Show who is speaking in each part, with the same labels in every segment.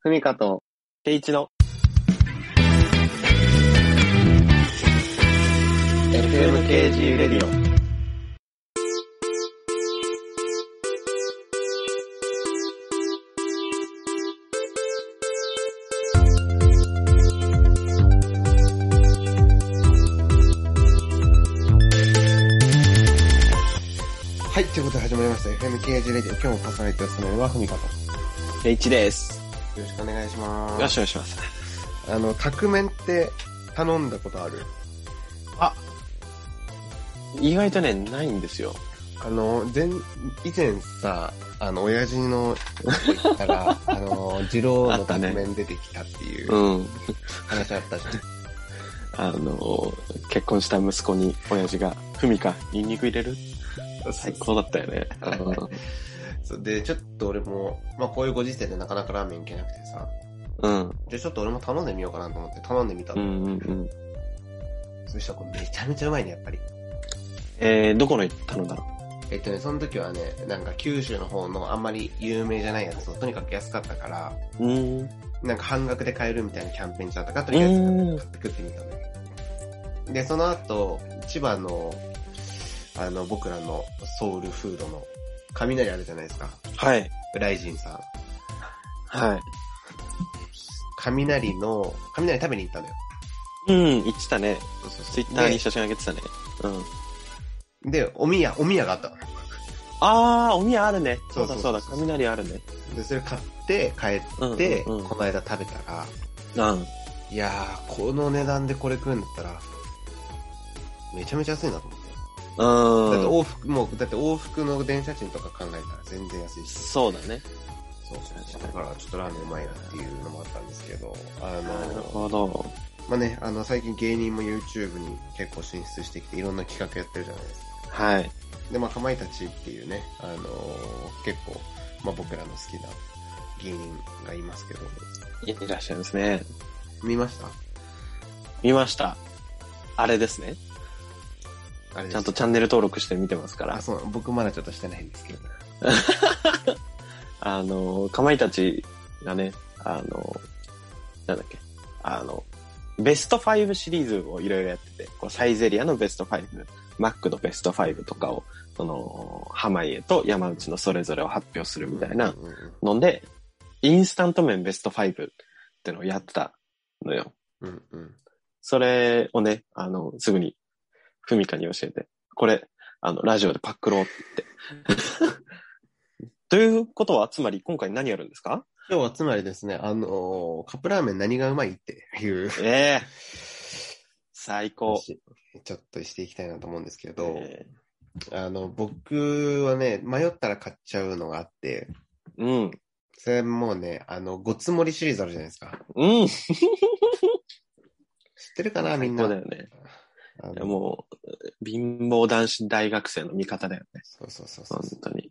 Speaker 1: ふみかと、
Speaker 2: ケイチの
Speaker 1: FMKG レディオ。
Speaker 3: はい、ということで始まりました。FMKG レディオ。今日もパーソナリティを務めるのはふみかと。よ
Speaker 2: ケイチです。
Speaker 3: ろしくお願いします。
Speaker 2: よろしくお願いします。
Speaker 3: あの、宅麺って頼んだことある
Speaker 2: 意外とね、ないんですよ。
Speaker 3: あの、前、以前さ、あの、親父の、行っ たら、あの、二郎
Speaker 2: あ
Speaker 3: の
Speaker 2: ったね
Speaker 3: 宅麺出てきたっていう
Speaker 2: うん。
Speaker 3: 話あったじゃん。
Speaker 2: あの、結婚した息子に親父が、ふみか、ニンニク入れる最高だったよね。
Speaker 3: そうで、ちょっと俺も、まあこういうご時世でなかなかラーメン行けなくてさ、
Speaker 2: うん。
Speaker 3: じゃあちょっと俺も頼んでみようかなと思って頼んでみた
Speaker 2: う
Speaker 3: の。
Speaker 2: んうんうん。
Speaker 3: そしたらこれめちゃめちゃうまいね、やっぱり。
Speaker 2: えー、どこの頼んだの
Speaker 3: えっとね、その時はね、なんか九州の方のあんまり有名じゃないやつをとにかく安かったから、
Speaker 2: うん。
Speaker 3: なんか半額で買えるみたいなキャンペーンだったから、とりあえず
Speaker 2: うん
Speaker 3: 買って食ってみたのよ。で、その後、千葉の、あの、僕らのソウルフードの、雷あるじゃないですか。
Speaker 2: はい。
Speaker 3: ライジンさん。
Speaker 2: は
Speaker 3: 雷の、雷食べに行ったのよ。
Speaker 2: い。うん、言ってたね。
Speaker 3: そうそうそう
Speaker 2: ツイッターに写真あげてたね。うん。
Speaker 3: で、でおみや、おみやがあったの。
Speaker 2: あー、お宮あるね。そ
Speaker 3: そうう
Speaker 2: だ
Speaker 3: そう
Speaker 2: そうだ、
Speaker 3: そうそう
Speaker 2: 雷あるね。
Speaker 3: で、それ買って、帰
Speaker 2: うんうんう
Speaker 3: っ
Speaker 2: ん。
Speaker 3: て、
Speaker 2: うん
Speaker 3: この間食べたら、
Speaker 2: うん。
Speaker 3: いやー、この値段でこれ食うんだったら、めちゃめちゃ安いなと思って。だって
Speaker 2: うん。
Speaker 3: 往復、もう、だって往復の電車賃とか考えたら全然安いし。
Speaker 2: そうだね。
Speaker 3: そうそう。だから、ちょっとラーメンうまいなっていうのもあったんですけど、あ
Speaker 2: なる
Speaker 3: の、
Speaker 2: ほど。
Speaker 3: まあね、あの、最近芸人も YouTube に結構進出してきて、いろんな企画やってるじゃないですか。
Speaker 2: はい。
Speaker 3: で、まあ、かまいたちっていうね、あのー結構、まあ僕らの好きな芸人がいますけど、
Speaker 2: いらっしゃいますね。
Speaker 3: 見ました
Speaker 2: 見ました。あれですね。
Speaker 3: あれ
Speaker 2: ちゃんとチ
Speaker 3: ゃん
Speaker 2: ャンネル登録して見てますから
Speaker 3: あ、。そうなの、僕まだちょっとしてないんですけど。
Speaker 2: あの、かまいたちがね、あの、なんだっけ、あの、ベスト5シリーズをいろいろやってて、こうサイゼリアのベスト5、マックのベスト5とかを、その、濱家と山内のそれぞれを発表するみたいな
Speaker 3: うんうんうん
Speaker 2: ので、インスタント麺ベスト5ってのをやってたのよ。
Speaker 3: うんうん。
Speaker 2: それをね、あの、すぐに、ふみかに教えて、これ、あの、ラジオでパックろうって 言って。ということは、つまり今回何やるんですか
Speaker 3: 今日はつまりですね、あのーカップラーメン何がうまいっていう
Speaker 2: ええ最高。
Speaker 3: 話ちょっとしていきたいなと思うんですけど、
Speaker 2: え
Speaker 3: あの、僕はね、迷ったら買っちゃうのがあって、
Speaker 2: えうん。
Speaker 3: それもうね、あの、ごつ盛りシリーズあるじゃないですか。
Speaker 2: うん。
Speaker 3: 知ってるかな、みん
Speaker 2: 最
Speaker 3: な。
Speaker 2: 高だよね。
Speaker 3: あ
Speaker 2: いや
Speaker 3: の
Speaker 2: もう、貧乏男子大学生の味方だよね。
Speaker 3: そうそうそうそ
Speaker 2: 本
Speaker 3: う
Speaker 2: 当に。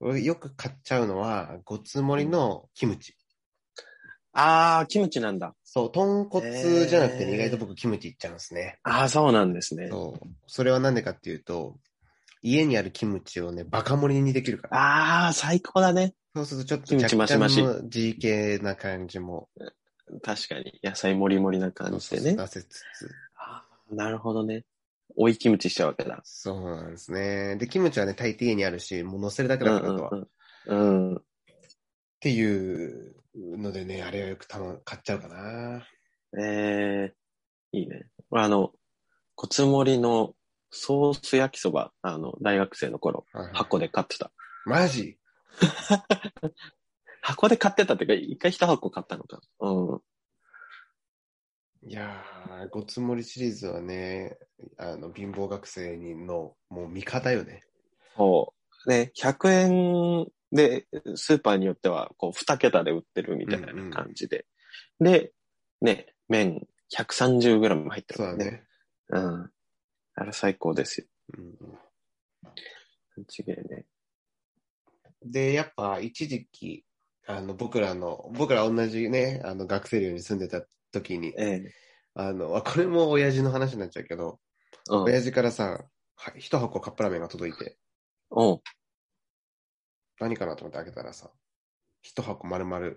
Speaker 3: 俺よく買っちゃうのは、ごつ盛りのキムチ。
Speaker 2: あー、キムチなんだ。
Speaker 3: そう、豚骨じゃなくてね、
Speaker 2: へー
Speaker 3: 意外と僕キムチいっちゃうんですね。
Speaker 2: あー、そうなんですね。
Speaker 3: そう。それはなんでかっていうと、家にあるキムチをね、バカ盛りにできるから。
Speaker 2: あー、最高だね。
Speaker 3: そうするとちょっ
Speaker 2: キ
Speaker 3: と
Speaker 2: ムチ
Speaker 3: 若干
Speaker 2: マシマ
Speaker 3: の GK な感じも
Speaker 2: 確かに。野菜もりもりな感じでね。
Speaker 3: 出せつつ。
Speaker 2: あーなるほどね。追いキムチしちゃうわけだ。
Speaker 3: そうなんですね。で、キムチはね、大抵家にあるし、もう乗せるだけ
Speaker 2: う
Speaker 3: だ
Speaker 2: ん
Speaker 3: からあとは。
Speaker 2: う
Speaker 3: っ
Speaker 2: んうん。うん。
Speaker 3: ていうのでね、あれはよく頼む買っちゃうかな。
Speaker 2: ええいいね。あの、こつ盛りのソース焼きそば、あの、大学生の頃、
Speaker 3: はいはい
Speaker 2: 箱で買ってた。
Speaker 3: マジ
Speaker 2: 箱で買ってたっていうか、一回一箱買ったのか。うん。
Speaker 3: いやー、ごつ盛りシリーズはね、あの、貧乏学生にの、もう味方よね。
Speaker 2: そう。ね、100円で、スーパーによっては、こう、2桁で売ってるみたいな
Speaker 3: うんうん
Speaker 2: 感じで。で、ね、麺 130g 入ってる
Speaker 3: そうだ。ね。
Speaker 2: うん。あれ最高ですよ。
Speaker 3: うん、
Speaker 2: ちげえね。
Speaker 3: で、やっぱ一時期、あの、僕らの、僕ら同じね、あの、学生寮に住んでた時に、
Speaker 2: ええ
Speaker 3: あの、あこれも親父の話になっちゃうけど、
Speaker 2: うん。
Speaker 3: 親父からさ、は一箱カップラーメンが届いて、
Speaker 2: うん。
Speaker 3: 何かなと思って開けたらさ、一箱丸々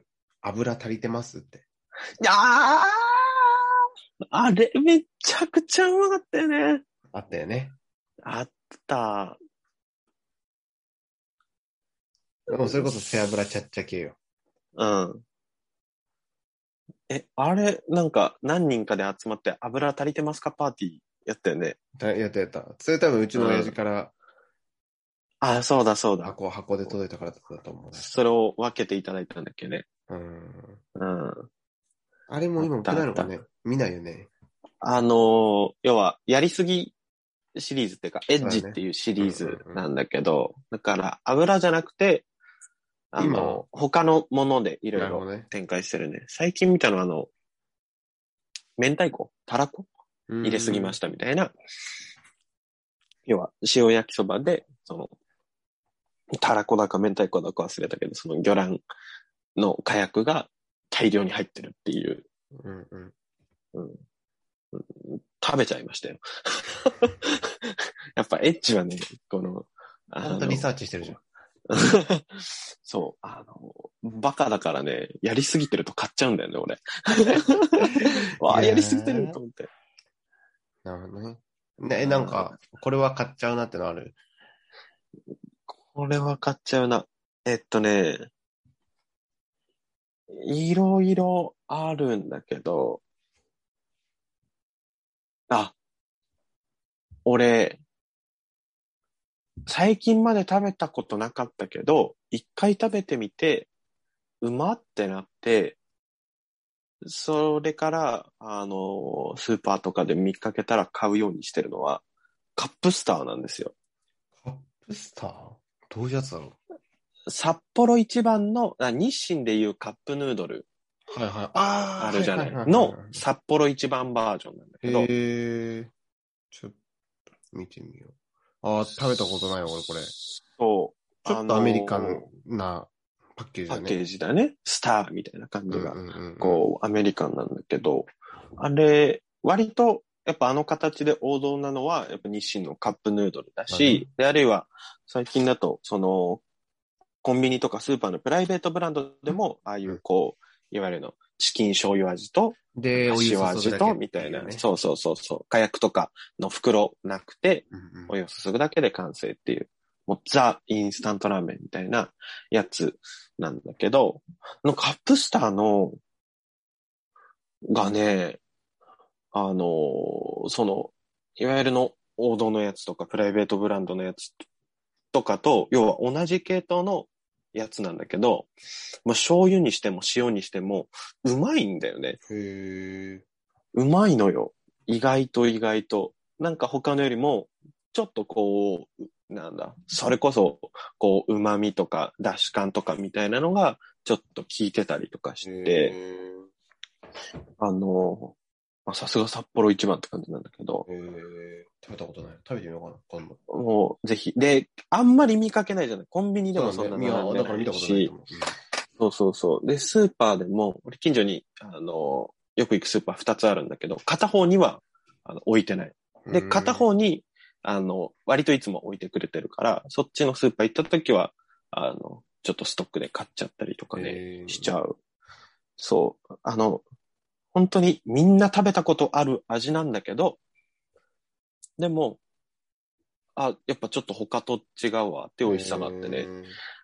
Speaker 3: 油足りてますって。
Speaker 2: あああれ、めちゃくちゃうまかったよね。
Speaker 3: あったよね。
Speaker 2: あった。
Speaker 3: もうそれこそ背脂ちゃっちゃ系よ。
Speaker 2: うん。え、あれ、なんか、何人かで集まって、油足りてますかパーティーやったよね。
Speaker 3: たやったやった。それ多分うちの親父から
Speaker 2: あ、そうだ、そうだ。
Speaker 3: 箱、箱で届いたからだと思うね。
Speaker 2: それを分けていただいたんだっけね。
Speaker 3: うん。
Speaker 2: うん。
Speaker 3: あれも今売ってないのかね見ないよね。
Speaker 2: あのー要は、やりすぎシリーズっていうか、エッジっていうシリーズなんだけど、だから、油じゃなくて、あ
Speaker 3: 今
Speaker 2: の
Speaker 3: は、
Speaker 2: 他のものでいろ
Speaker 3: ないるほ
Speaker 2: ろ
Speaker 3: どね。
Speaker 2: 展開してるね。最近見たのは、あの、明太子たらこ入れすぎましたみたいな。要は、塩焼きそばで、その、たらこだか明太子だか忘れたけど、その魚卵の火薬が大量に入ってるっていう、
Speaker 3: た。うんうん。
Speaker 2: 食べちゃいましたよ。 やっぱエッジはね、この、あ
Speaker 3: ちゃんとリサーチしてるじゃん。
Speaker 2: の そう、あの、バカだからね、やりすぎてると買っちゃうんだよね、俺。わあ、
Speaker 3: いやー
Speaker 2: やりすぎてると思って。
Speaker 3: なるほどね。ね、なんか、これは買っちゃうなってのある。
Speaker 2: これは買っちゃうな。えっとね、いろいろあるんだけど、あ、俺、最近まで食べたことなかったけど、一回食べてみて、うまってなって、それから、あの、スーパーとかで見かけたら買うようにしてるのは、カップスターなんですよ。
Speaker 3: カップスターどういうやつだろ
Speaker 2: 札幌一番の、あ日清でいうカップヌードル
Speaker 3: うはいはい。あー
Speaker 2: あるじゃない
Speaker 3: ははは
Speaker 2: の札幌一番バージョンなんだけど、
Speaker 3: へえ。ちょっと、見てみよう。ああ、食べたことないわ、俺これ。ち
Speaker 2: そう、
Speaker 3: ょっとアメリカ
Speaker 2: あの
Speaker 3: ンなパッケージ
Speaker 2: パ
Speaker 3: だね。
Speaker 2: ッケージだね。スターみたいな感じが、
Speaker 3: うんうんうん、
Speaker 2: こう、アメリカンなんだけど、あれ、割と、やっぱあの形で王道なのは、やっぱ日清のカップヌードルだし、であるいは最近だと、その、コンビニとかスーパーのプライベートブランドでも、ああいうこう、いわゆるの、チキン醤油味と、
Speaker 3: で、お湯
Speaker 2: 塩
Speaker 3: 注
Speaker 2: 味
Speaker 3: ぐだけ
Speaker 2: と、みたいな。
Speaker 3: ね。
Speaker 2: そうそうそうそう。火薬とかの袋なくて、
Speaker 3: うんうん
Speaker 2: お湯を注ぐだけで完成っていう、もうザ・インスタントラーメンみたいなやつなんだけど、あのカップスターの、がね、あのーその、いわゆるの王道のやつとか、プライベートブランドのやつとかと、要は同じ系統のやつなんだけど、まあ、醤油にしても塩にしても、うまいんだよね。
Speaker 3: へえ。
Speaker 2: うまいのよ。意外と意外と。なんか他のよりも、ちょっとこう、なんだ、それこそ、こう、旨味とか、出汁感とかみたいなのが、ちょっと効いてたりとかして、
Speaker 3: へ
Speaker 2: あの、まあさすが札幌一番って感じなんだけど、
Speaker 3: ーへー食べたことない。食べてみようかな、今度。
Speaker 2: もう、ぜひ。で、あんまり見かけないじゃない。コンビニでもそんな
Speaker 3: うねいや
Speaker 2: 並んで
Speaker 3: だから見た
Speaker 2: ない
Speaker 3: ことない
Speaker 2: し
Speaker 3: と。思う。
Speaker 2: そうそうそう。で、スーパーでも、俺近所に、あの、よく行くスーパー2つあるんだけど、片方には、あの、置いてない。
Speaker 3: うん
Speaker 2: で、片。方に、あの、割といつも置いてくれてるから、そっちのスーパー行った時は、あの、ちょっとストックで買っちゃったりとかね、
Speaker 3: へー
Speaker 2: しちゃう。そう。あの、本当にみんな食べたことある味なんだけど、でも、あ、やっぱちょっと他と違うわって美味しさがあってね、。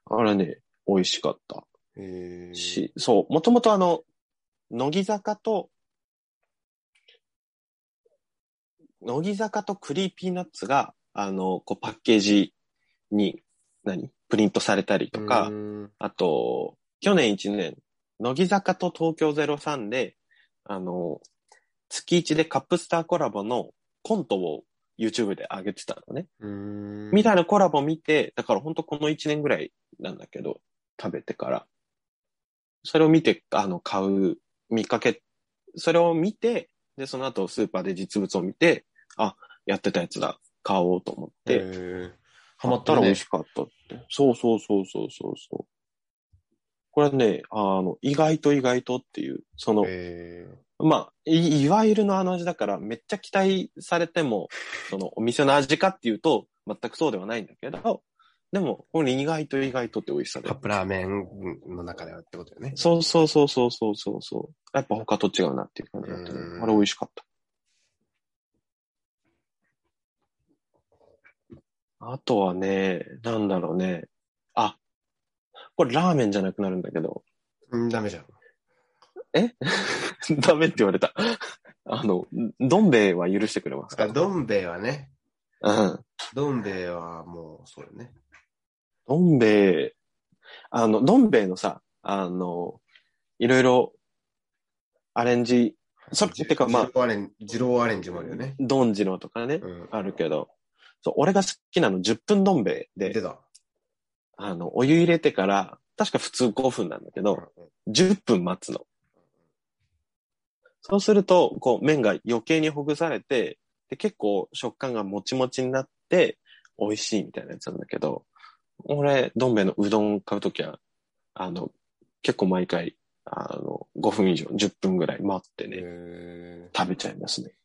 Speaker 2: あれね、美味しかった
Speaker 3: へー
Speaker 2: し、そう、もともとあの、乃木坂と、乃木坂とクリーピーナッツが、あの、こうパッケージに、何プリントされたりとか、
Speaker 3: うん
Speaker 2: あと、去年1年、乃木坂と東京03で、あの、月1でカップスターコラボのコントを YouTube で上げてたのね。
Speaker 3: うん
Speaker 2: みたいなコラボ見て、だから本当この1年ぐらいなんだけど、食べてから。それを見て、あの、買う、見かけ、それを見て、で、その後スーパーで実物を見て、あ、やってたやつだ、買おうと思っ
Speaker 3: へ
Speaker 2: て、
Speaker 3: ー
Speaker 2: ハ
Speaker 3: ハマ
Speaker 2: マ
Speaker 3: っ
Speaker 2: ったた
Speaker 3: ら
Speaker 2: ら
Speaker 3: 美
Speaker 2: 美
Speaker 3: 味
Speaker 2: 味し
Speaker 3: し
Speaker 2: かったって。そうそうそうそうそうそう。これね、あの、意外と意外とっていう、その、
Speaker 3: え
Speaker 2: まあい、いわゆるのあの味だから、めっちゃ期 待されても、そのお店の味かっていうと、全くそうではないんだけど、でも、これ意外と意外とって美味しさで
Speaker 3: カッ。プラーメンの中ではってことよね。
Speaker 2: そうそうそうそうそうそうそう。やっぱ他と違うなっていう感じだったね
Speaker 3: うん
Speaker 2: あれ美味しかった。あとはね、なんだろうね。あ、これラーメンじゃなくなるんだけど、
Speaker 3: うん、ダメじゃん。
Speaker 2: ダメって言われた。あの、どん兵衛は許してくれますか
Speaker 3: あどん兵衛はね、
Speaker 2: うん。
Speaker 3: どん兵衛はもう、そうよね。
Speaker 2: どん兵衛、あの、どん兵衛のさ、あの、いろいろアレンジ、それってかまあ
Speaker 3: ジローアレンジ、ジローアレンジもあるよね。
Speaker 2: どんじろとかね、
Speaker 3: うん。
Speaker 2: あるけど、そう、俺が好きなの10分どん兵衛
Speaker 3: 出
Speaker 2: で、
Speaker 3: た。
Speaker 2: あの、お湯入れてから、確か普通5分なんだけど、10分待つの。そうすると、こう、麺が余計にほぐされて、で、結構食感がもちもちになって、美味しいみたいなやつなんだけど、俺、どん兵衛のうどん買うときは、あの、結構毎回、あの、5分以上、10分ぐらい待ってね、
Speaker 3: へー
Speaker 2: 食べちゃいますね。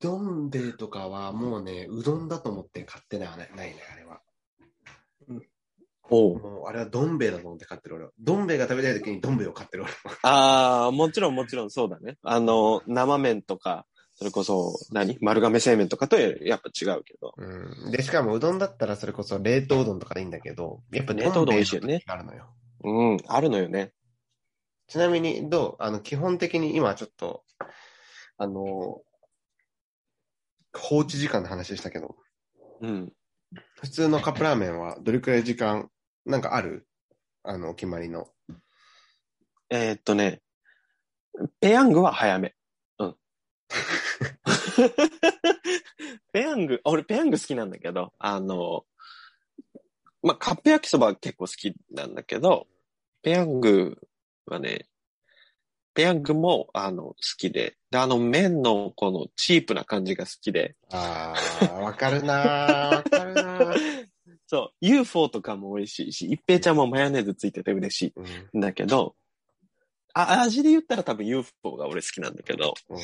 Speaker 3: どん兵衛とかはもうね、うどんだと思って買ってないないね、あれは。
Speaker 2: おう
Speaker 3: もう、あれはどん兵衛だと思って買ってる俺は。どん兵衛が食べたい時にどん兵衛を買ってる俺は。
Speaker 2: ああ、もちろんもちろんそうだね。あの、生麺とか、それこそ何、丸亀製麺とかとややっぱ違うけど。
Speaker 3: うん。で、しかもうどんだったらそれこそ冷凍うどんとかでいいんだけど、やっぱ
Speaker 2: 冷凍うどん美味しいよね
Speaker 3: どん兵衛の時があるのよ。
Speaker 2: うん、あるのよね。
Speaker 3: ちなみに、どうあの、基本的に今ちょっと、あの、放置時間の話でしたけど、
Speaker 2: うん。
Speaker 3: 普通のカップラーメンはどれくらい時間、なんかあるあの、お決まりの。
Speaker 2: えーっとね、ペヤングは早め。うん。 ペヤング、俺ペヤング好きなんだけど、あの、まあ、カップ焼きそばは結構好きなんだけど、ペヤングはね、ペヤングも、あの、好きで、で、あの、麺のこのチープな感じが好きで、
Speaker 3: あー、わかるなー、わかるなー。
Speaker 2: そう、UFO とかも美味しいし、一平ちゃんもマヨネーズついてて嬉し
Speaker 3: うん、
Speaker 2: いんだけど、あ、味で言ったら多分 UFO が俺好きなんだけど、
Speaker 3: うん、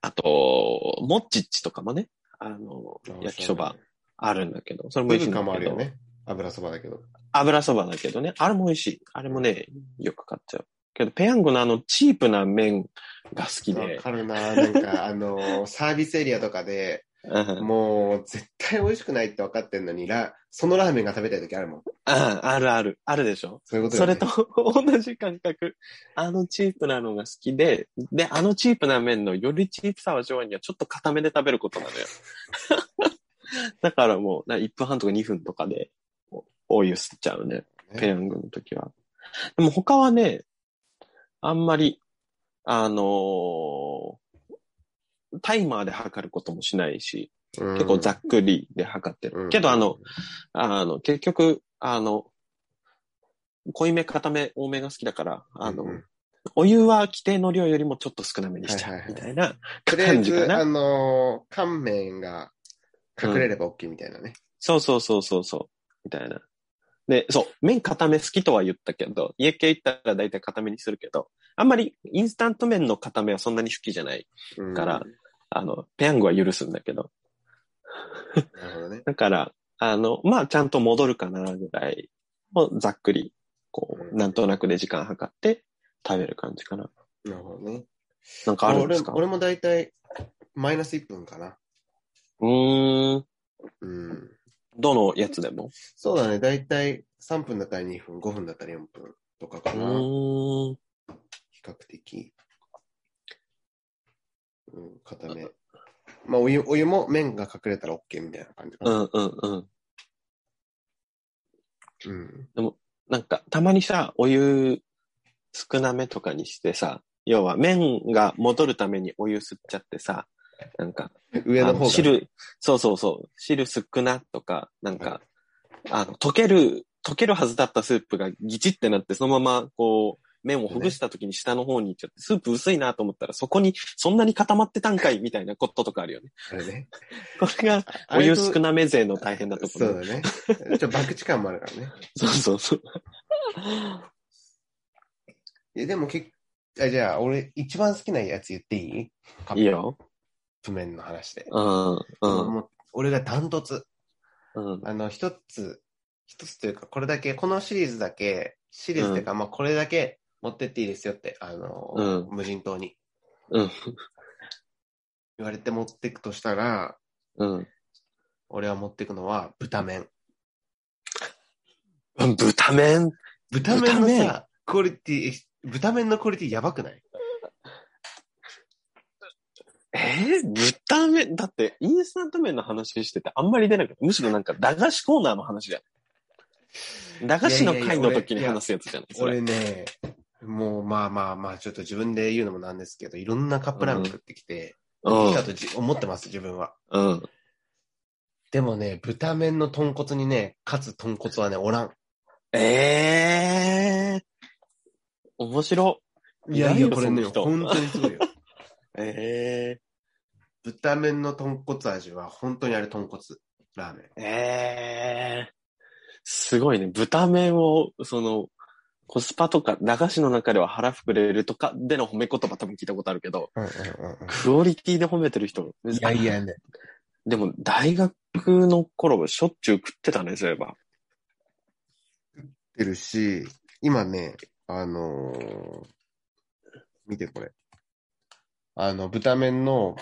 Speaker 2: あと、モッチッチとかもね、あの、焼きそば。あるんだけど、それも美
Speaker 3: ブ
Speaker 2: 味しい
Speaker 3: ブ
Speaker 2: んだ
Speaker 3: カ
Speaker 2: けど。
Speaker 3: もあるよね。油そばだけど。
Speaker 2: 油そばだけどね、あれも美味しい。あれもね、よく買っちゃう。けど、ペヤングのあの、チープな麺が好き
Speaker 3: わ
Speaker 2: で、
Speaker 3: かるなー。なんか、あのーサービスエリアとかで、
Speaker 2: うん、
Speaker 3: もう、絶対美味しくないって分かってんのに、ラそのラーメンが食べたい時あるもん。
Speaker 2: ああるある、あるでしょ
Speaker 3: そういうこと
Speaker 2: そ
Speaker 3: よね
Speaker 2: れと 同じ感覚。あのチープなのが好きで、で、あのチープな麺のよりチープさは上にはちょっと固めで食べることなの よ。だからもう、な1分半とか2分とかで、おお湯吸っちゃうね。
Speaker 3: ね
Speaker 2: ペヤングの時は。でも他はね、あんまり、あのータイマーで測ることもしないし、
Speaker 3: 結
Speaker 2: 結構ざっくりで測ってる。けどあの、、あの、結局、あの、濃いめ、固め、多めが好きだから、あの、
Speaker 3: うん
Speaker 2: お湯は規定の量よりもちょっと少なめにしちゃ
Speaker 3: はいうはいはい
Speaker 2: みたいな
Speaker 3: とりあえ
Speaker 2: 感じか
Speaker 3: ず、
Speaker 2: な。
Speaker 3: あのー乾麺が隠れれば OK みたいなね。
Speaker 2: そうそうそうそうそう、みたいな。で、そう、麺固め好きとは言ったけど、家系行ったら大体固めにするけど、あんまりインスタント麺の固めはそんなに好きじゃない。
Speaker 3: うん
Speaker 2: からあの、ペヤングは許すんだけど。
Speaker 3: なるほどね。
Speaker 2: だから、あの、まあ、ちゃんと戻るかな、ぐらいをざっくり、こ
Speaker 3: う
Speaker 2: う、
Speaker 3: ん
Speaker 2: なんとなくで時間計って食べる感じかな。
Speaker 3: なるほどね。
Speaker 2: なんかあるんですか
Speaker 3: 俺俺も大体、マイナス1分かな。
Speaker 2: うーん。
Speaker 3: うん。
Speaker 2: どのやつでも。
Speaker 3: そうだね。大体、3分だったら2分、5分だったら4分とかか
Speaker 2: う
Speaker 3: な。
Speaker 2: ーん。
Speaker 3: 比較的。うん、固め。まあ、お湯、お湯も麺が隠れたら OK みたいな感じか
Speaker 2: う
Speaker 3: な。
Speaker 2: んうんうん。
Speaker 3: うん。
Speaker 2: なんか、たまにさ、お湯少なめとかにしてさ、要は麺が戻るためにお湯吸っちゃってさ、なんか、
Speaker 3: 上の
Speaker 2: あ
Speaker 3: 方
Speaker 2: の
Speaker 3: が。
Speaker 2: 汁、そうそうそう、汁少なとか、なん
Speaker 3: は
Speaker 2: か、あの、溶ける、溶けるはずだったスープがギチってなって、そのまま、こう、麺をほぐした時に下の方に行っちゃって、スープ薄いなと思ったら、そこに、そんなに固まってたんかいみたいなこととかあるよね。
Speaker 3: あれね。
Speaker 2: これが、お湯少なめ勢の大変だとこ
Speaker 3: そ
Speaker 2: ろ
Speaker 3: うだね。ちょっと爆地感もあるからね。
Speaker 2: そうそうそう。
Speaker 3: え、でも結あじゃあ、俺、一番好きなやつ言っていいカ
Speaker 2: いい
Speaker 3: ッ
Speaker 2: よ。
Speaker 3: プ麺の話で。
Speaker 2: うん、うん、
Speaker 3: もう俺がダントツ。
Speaker 2: うん。
Speaker 3: あの、一つ、一つというか、これだけ、このシリーズだけ、シリーズというか、まあ、これだけ持ってっていいですよって、あの、
Speaker 2: うん
Speaker 3: 無人島に
Speaker 2: うん。
Speaker 3: 言われて持ってくとしたら、
Speaker 2: うん。
Speaker 3: 俺は持ってくのは豚麺。
Speaker 2: うん豚麺
Speaker 3: 豚麺の
Speaker 2: 豚
Speaker 3: さ
Speaker 2: 麺、
Speaker 3: クオリティ、豚麺のクオリティやばくない
Speaker 2: えー、豚麺だって、インスタント麺の話しててあんまり出なくて、むしろなんか駄菓子コーナーの話じゃん。駄菓子の会の時に話すやつじゃないそれ
Speaker 3: 俺ね、もうまあまあまあ、ちょっと自分で言うのもなんですけど、いろんなカップラーメン食ってきて、いいかとじ思ってます、自分は。
Speaker 2: うん。うん。
Speaker 3: でもね、豚麺の豚骨にね、かつ豚骨はね、おらん。
Speaker 2: ええー。面白。
Speaker 3: いやいや、これね、
Speaker 2: そんな人
Speaker 3: 本当にすごいよ。
Speaker 2: え
Speaker 3: 豚麺の豚骨味は本当にあれ豚骨ラーメ
Speaker 2: え
Speaker 3: ン。
Speaker 2: ー。ええー。すごいね。豚麺を、その、コスパとか、駄菓子の中では腹膨れるとかでの褒め言葉多分聞いたことあるけど、クオリティで褒めてる人、
Speaker 3: いやいやね。
Speaker 2: でも、大学の頃、しょっちゅう食ってたね、そういえば。
Speaker 3: てるし、今ね、あのー見てこれ。あの、豚麺の、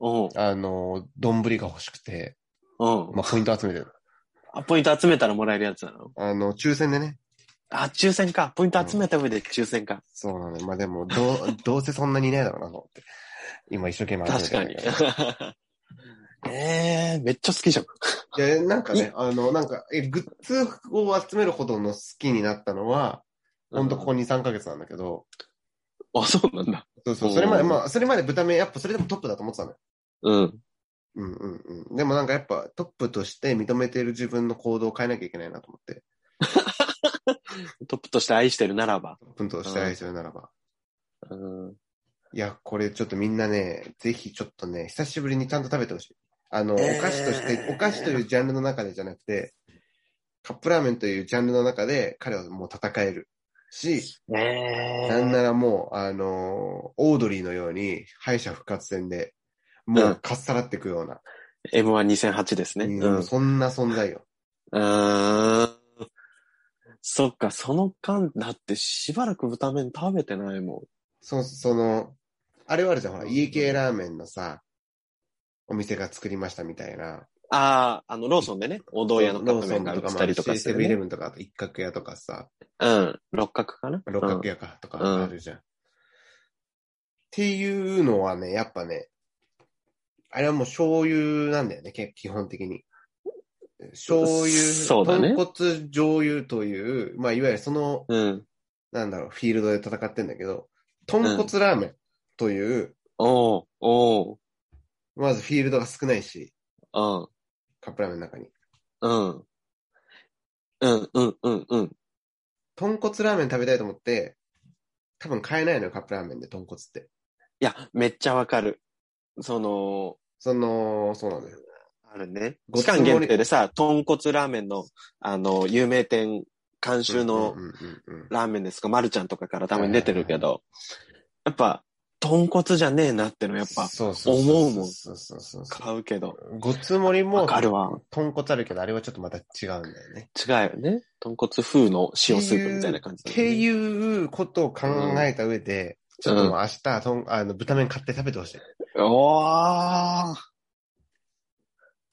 Speaker 2: う
Speaker 3: あのー丼が欲しくて、
Speaker 2: ん。うん。
Speaker 3: まあ、ポイント集めてる。
Speaker 2: あ、ポイント集めたらもらえるやつなの
Speaker 3: あの、抽選でね。
Speaker 2: あ、抽選か。ポイント集めた上で抽選か。
Speaker 3: そうなのよ。まあ、でも、ど う、どうせそんなにいないだろうなと思って。今一生懸命
Speaker 2: 確
Speaker 3: 集
Speaker 2: か
Speaker 3: めて
Speaker 2: に
Speaker 3: る。。
Speaker 2: ええー、めっちゃ好きじゃん。
Speaker 3: で、なんかね、あの、なんか、え、グッズを集めるほどの好きになったのは、ほんとここ2、3ヶ月なんだけど、
Speaker 2: あ、そうなんだ。
Speaker 3: そうそう、それまで、
Speaker 2: おー
Speaker 3: まあ、それまで豚麺、やっぱそれでもトップだと思ってたのよ。
Speaker 2: うん。
Speaker 3: うんうんうん。でもなんかやっぱトップとして認めている自分の行動を変えなきゃいけないなと思って。
Speaker 2: トップとして愛してるならば。
Speaker 3: トップとして愛するならば。
Speaker 2: うん。
Speaker 3: いや、これちょっとみんなね、ぜひちょっとね、久しぶりにちゃんと食べてほしい。あの、
Speaker 2: えー
Speaker 3: お菓子として、お菓子というジャンルの中でじゃなくて、カップラーメンというジャンルの中で彼はもう戦える。し、
Speaker 2: ええ
Speaker 3: なんならもう、あのー、オードリーのように敗者復活戦で、も
Speaker 2: うん
Speaker 3: うかっさらっていくような、
Speaker 2: M12008 ですね。
Speaker 3: うん
Speaker 2: うん。
Speaker 3: そんな存在よ。
Speaker 2: うーん。そっか、その間、だってしばらく豚麺食べてないもん。
Speaker 3: そ、その、あれはあるじゃん、ほら、家系ラーメンのさ、お店が作りましたみたいな。
Speaker 2: ああ、あの、ローソンでね、お堂屋のカッ
Speaker 3: ロー
Speaker 2: プ
Speaker 3: ソ
Speaker 2: 麺
Speaker 3: ン
Speaker 2: が売
Speaker 3: と
Speaker 2: っ
Speaker 3: か
Speaker 2: て
Speaker 3: も
Speaker 2: た
Speaker 3: あ
Speaker 2: り
Speaker 3: る
Speaker 2: と
Speaker 3: し、
Speaker 2: か
Speaker 3: セ
Speaker 2: す
Speaker 3: ブンイレ
Speaker 2: る、ね。
Speaker 3: ブンとか、あと一角屋とかさ、
Speaker 2: うん。六角かな
Speaker 3: 六角屋かとか
Speaker 2: うん
Speaker 3: あるじゃん。っていうのはね、やっぱね、あれはもう醤油なんだよね、け基本的に。醤油、
Speaker 2: そうだね
Speaker 3: 豚骨醤油という、まあ、いわゆるその、
Speaker 2: うん。うん。
Speaker 3: なんだろう、フィールドで戦ってんだけど、豚骨ラーメンという、
Speaker 2: おうおう
Speaker 3: まずフィールドが少ないし、
Speaker 2: うん。
Speaker 3: カップラーメンの中に。
Speaker 2: うん。うん、うん、うん、うん。
Speaker 3: 豚骨ラーメン食べたいと思って、多分買えないのよ、カップラーメンで豚骨って。
Speaker 2: いや、めっちゃわかる。その、
Speaker 3: その、そうなんだよ。
Speaker 2: あるね。
Speaker 3: ご
Speaker 2: 期
Speaker 3: つ盛
Speaker 2: 間
Speaker 3: り
Speaker 2: 限定でさ、豚骨ラーメンの、あの、有名店、監修の
Speaker 3: うんうんうんうん
Speaker 2: ラーメンですか、まるちゃんとかからたまに出てるけど、やっぱ、豚骨じゃねえなってのやっぱ、
Speaker 3: そうそうそう
Speaker 2: 思うもん
Speaker 3: そうそうそうそ
Speaker 2: 買うけど。
Speaker 3: う。ごつ盛り
Speaker 2: わ
Speaker 3: も、
Speaker 2: かるわ。
Speaker 3: 豚骨あるけど、あれはちょっとまた違うんだよね。
Speaker 2: 違うよね。豚骨風の塩スープみたいな感じだ
Speaker 3: っ
Speaker 2: よ
Speaker 3: て
Speaker 2: ね、
Speaker 3: いうことを考えた上で、ちょっともう明日、とんあの豚麺買って食べてほしい。
Speaker 2: おー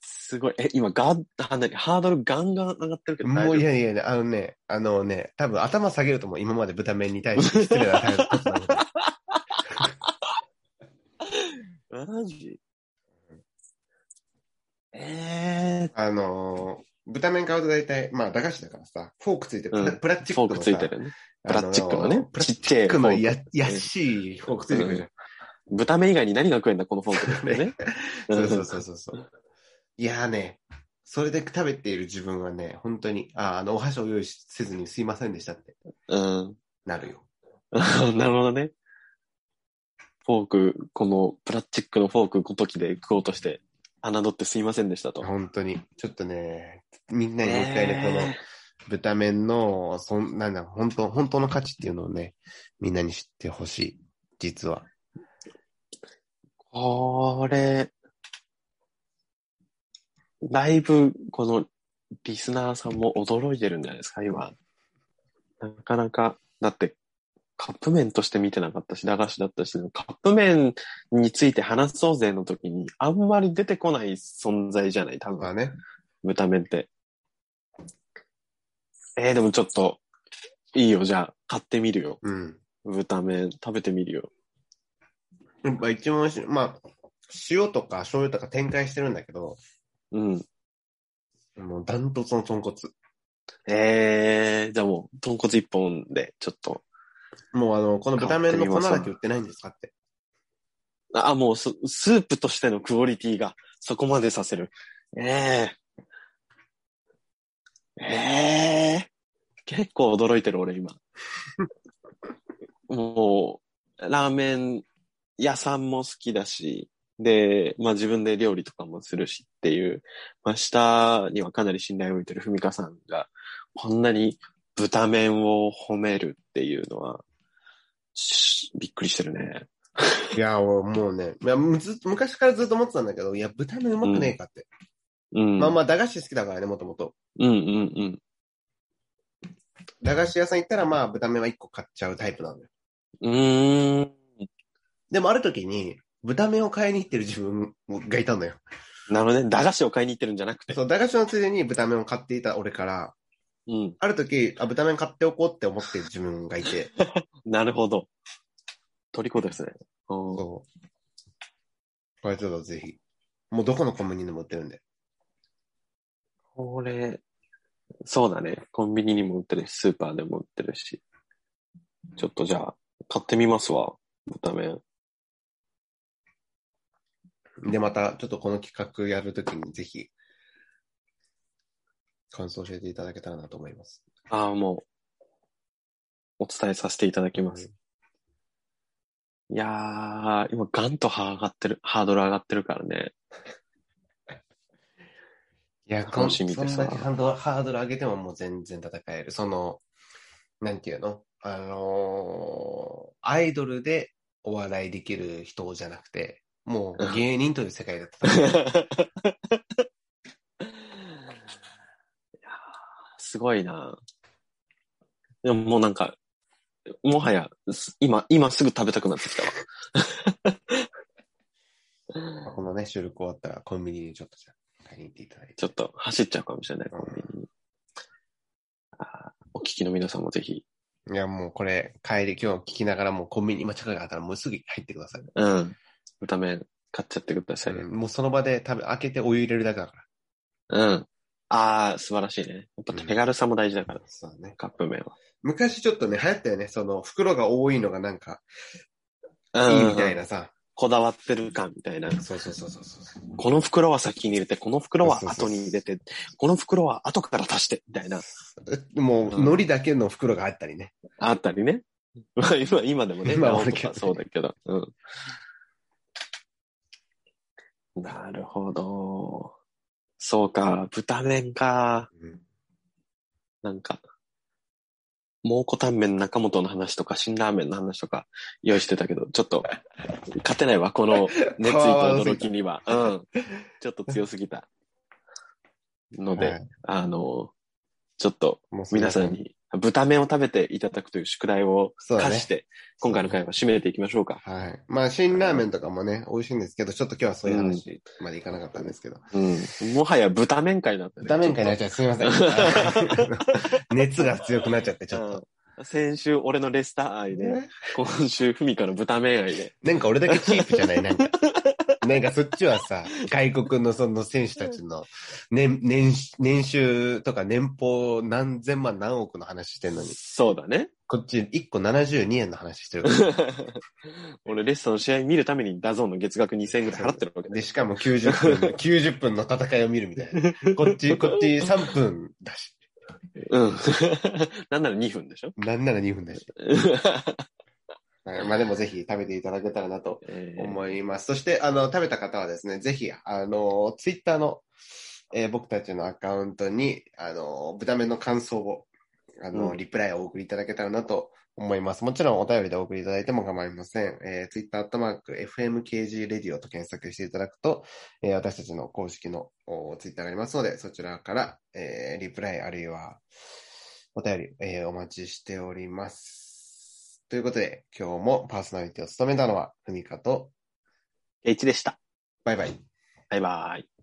Speaker 2: すごい。え、今、ガン、あ何ハードルガンガン上がってるけど、大
Speaker 3: も
Speaker 2: 丈夫
Speaker 3: ういやいやいや、あのね、あのね、多分頭下げると思う。今まで豚麺に対して失礼な態度取ってたので
Speaker 2: マジええ
Speaker 3: あのー豚麺買うと大体、まあ、駄菓子だからさ、フォークついてる。
Speaker 2: うん
Speaker 3: プラプラスチッ
Speaker 2: フォ
Speaker 3: ク
Speaker 2: ー
Speaker 3: の
Speaker 2: ク
Speaker 3: さ
Speaker 2: ついてるね。プラスチックの
Speaker 3: あ
Speaker 2: ね。
Speaker 3: プラ
Speaker 2: ちっ
Speaker 3: スチ
Speaker 2: ちゃい
Speaker 3: ッ
Speaker 2: フ
Speaker 3: クの
Speaker 2: ォーク。
Speaker 3: や、安いフォークついてくるじゃん。
Speaker 2: 豚麺以外に何が食えんだ、このフォークですね。
Speaker 3: そうそううそうそうそう。いやーね、それで食べている自分はね、本当に、あー、あの、お箸を用意せずにすいませんでしたって
Speaker 2: ん。
Speaker 3: なるよ。
Speaker 2: うん。 なるほどね。フォーク、このプラスチックのフォークごときで食おうとして、侮ってすいませんでしたと。
Speaker 3: 本当に。ちょっとね、みんなにもう一回ね、この豚麺の、そんなんだ、本当、本当の価値っていうのをね、みんなに知ってほしい。実は。
Speaker 2: この、これ、だいぶ、この、リスナーさんも驚いてるんじゃないですか、今。なかなか、だって、カップ麺として見てなかったし、駄菓子だったし、カップ麺について話そうぜの時に、あんまり出てこない存在じゃない、多
Speaker 3: まあ
Speaker 2: 分、
Speaker 3: ね。
Speaker 2: 豚麺って。えー、でもちょっと、いいよ、じゃあ、買ってみるよ。
Speaker 3: うん。
Speaker 2: 豚麺、食べてみるよ。
Speaker 3: やっぱ一番美味しい。まあ、塩とか醤油とか展開してるんだけど、
Speaker 2: うん。
Speaker 3: もうダントツの豚骨。
Speaker 2: えー、じゃあもう、豚骨一本で、ちょっと。
Speaker 3: もうあの、この豚麺の粉だけ売ってないんですかって。
Speaker 2: あ、もうス、スープとしてのクオリティが、そこまでさせる。ええええ結構驚いてる、俺、 今。もう、ラーメン屋さんも好きだし、で、まあ自分で料理とかもするしっていう、まあ下にはかなり信頼を置いてるふみかさんが、こんなに豚麺を褒めるっていうのは、しびっくりしてるね。
Speaker 3: いや、俺もうね、いやむずっと昔からずっと思ってたんだけど、いや、豚麺うまくねえかって。
Speaker 2: うん。
Speaker 3: まあまあ、駄菓子好きだからね、もともと。
Speaker 2: うんうんうん。
Speaker 3: 駄菓子屋さん行ったら、まあ、豚麺は1個買っちゃうタイプなんだよ。
Speaker 2: うーん。
Speaker 3: でも、ある時に、豚麺を買いに行ってる自分がいたのよ。
Speaker 2: なるほどね。駄菓子を買いに行ってるんじゃなくて。
Speaker 3: そう、駄菓子のついでに豚麺を買っていた俺から、
Speaker 2: うん。
Speaker 3: ある時、あ、豚麺買っておこうって思ってる自分が いて、
Speaker 2: なるほど。虜ですね。うん
Speaker 3: そう。これちょっとぜひ。もうどこのコンビニでも売ってるんで。
Speaker 2: これ、そうだね。コンビニにも売ってるし、スーパーでも売ってるし。ちょっとじゃあ、買ってみますわ。豚麺。
Speaker 3: で、また、ちょっとこの企画やるときにぜひ、感想教えていただけたらなと思います。
Speaker 2: ああ、もう、お伝えさせていただきます。いやー、今、ガンと歯上がってる、ハードル上がってるからね。
Speaker 3: いや、
Speaker 2: 楽しみです
Speaker 3: こ
Speaker 2: わ
Speaker 3: んそんだけハードハードル上げてももう全然戦える。その、なんていうのあのーアイドルでお笑いできる人じゃなくて、も う芸人という世界だった。
Speaker 2: すごいなでももうなんか、もはや、す今、今すぐ食べたくなってきたわ。
Speaker 3: このね、収録終わったらコンビニにちょっとじゃあ買いに行っていただいて。
Speaker 2: ちょっと走っちゃうかもしれない、コンビニに。あーお聞きの皆さんもぜひ。
Speaker 3: いや、もうこれ、帰り、今日聞きながらもうコンビニ、今近くにあったらもうすぐ入ってください。
Speaker 2: うん。豚麺買っちゃってください。うん。
Speaker 3: もうその場で食べ、開けてお湯入れるだけだから。
Speaker 2: ああ、素晴らしいね。やっぱ手軽さも大事だから、
Speaker 3: そうだね。
Speaker 2: カップ麺は。
Speaker 3: 昔ちょっとね、流行ったよね。その、袋が多いのがなんか、
Speaker 2: う
Speaker 3: い
Speaker 2: ん
Speaker 3: いみたいなさ。
Speaker 2: こだわってる感みたいな。
Speaker 3: そうそうそうそうそう。
Speaker 2: この袋は先に入れて、この袋は後に入れて、この袋は後から足して、みたいな。
Speaker 3: もう、
Speaker 2: うん
Speaker 3: 海苔だけの袋があったりね。
Speaker 2: あったりね。まあ今、今でもね、
Speaker 3: 今は
Speaker 2: ラオウと
Speaker 3: けど
Speaker 2: かそうだけど。うん。なるほど。そうか、豚麺か。なんか、蒙古タンメン中本の話とか、辛ラーメンの話とか用意してたけど、ちょっと、勝てないわ、この熱意と驚きには。うん。ちょっと強すぎた。ので、
Speaker 3: はい
Speaker 2: あの、ちょっと、
Speaker 3: もうそれ
Speaker 2: 皆さん。に豚麺を食べていただくという宿題を
Speaker 3: そうだ
Speaker 2: 課
Speaker 3: ね
Speaker 2: して、今回の会は締めていきましょうか。
Speaker 3: はい。まあ、辛ラーメンとかもね、美味しいんですけど、ちょっと今日はそういう話までいかなかったんですけど。
Speaker 2: うん。もはや豚麺会になったね。
Speaker 3: ダメみたいになっ
Speaker 2: ち
Speaker 3: ちゃう。すみません。 熱が強くなっちゃって、ちょっ
Speaker 2: ょっと。
Speaker 3: と。
Speaker 2: うん先週俺のレスター愛で、今週フミカの豚麺愛で。
Speaker 3: なんか俺だけチープじゃないなんか。なんかそっちはさ、外国のその選手たちの年、年、年収とか年俸何千万何億の話してんのに、
Speaker 2: そうだね。
Speaker 3: こっち1個72円の話してるから。
Speaker 2: 俺レスターの試合見るためにダゾーンの月額2000円ぐらい払ってるわけ
Speaker 3: で、
Speaker 2: ね。
Speaker 3: しかも90分、90分の戦いを見るみたいな。こっち、こっち3分だし。
Speaker 2: うん。 なんなら2分でし ょ、
Speaker 3: なんなら2分だし。はいまあでもぜひ食べていただけたらなと
Speaker 2: えー
Speaker 3: 思います。そして、あの、食べた方はですね、ぜひ、あの、ツイッターの、えー僕たちのアカウントに、あの、豚麺の感想を、あの、
Speaker 2: うん
Speaker 3: リプライをお送りいただけたらなと思います。もちろんお便りでお送りいただいても構いません。えー、Twitter アットマーク、FMKG レディオと検索していただくと、えー私たちの公式のお Twitter がありますので、そちらから、えーリプライあるいはお便り、えーお待ちしております。ということで、今日もパーソナリティを務めたのは、ふみかと、
Speaker 2: H でした。
Speaker 3: バイバイ。
Speaker 2: バイバイ。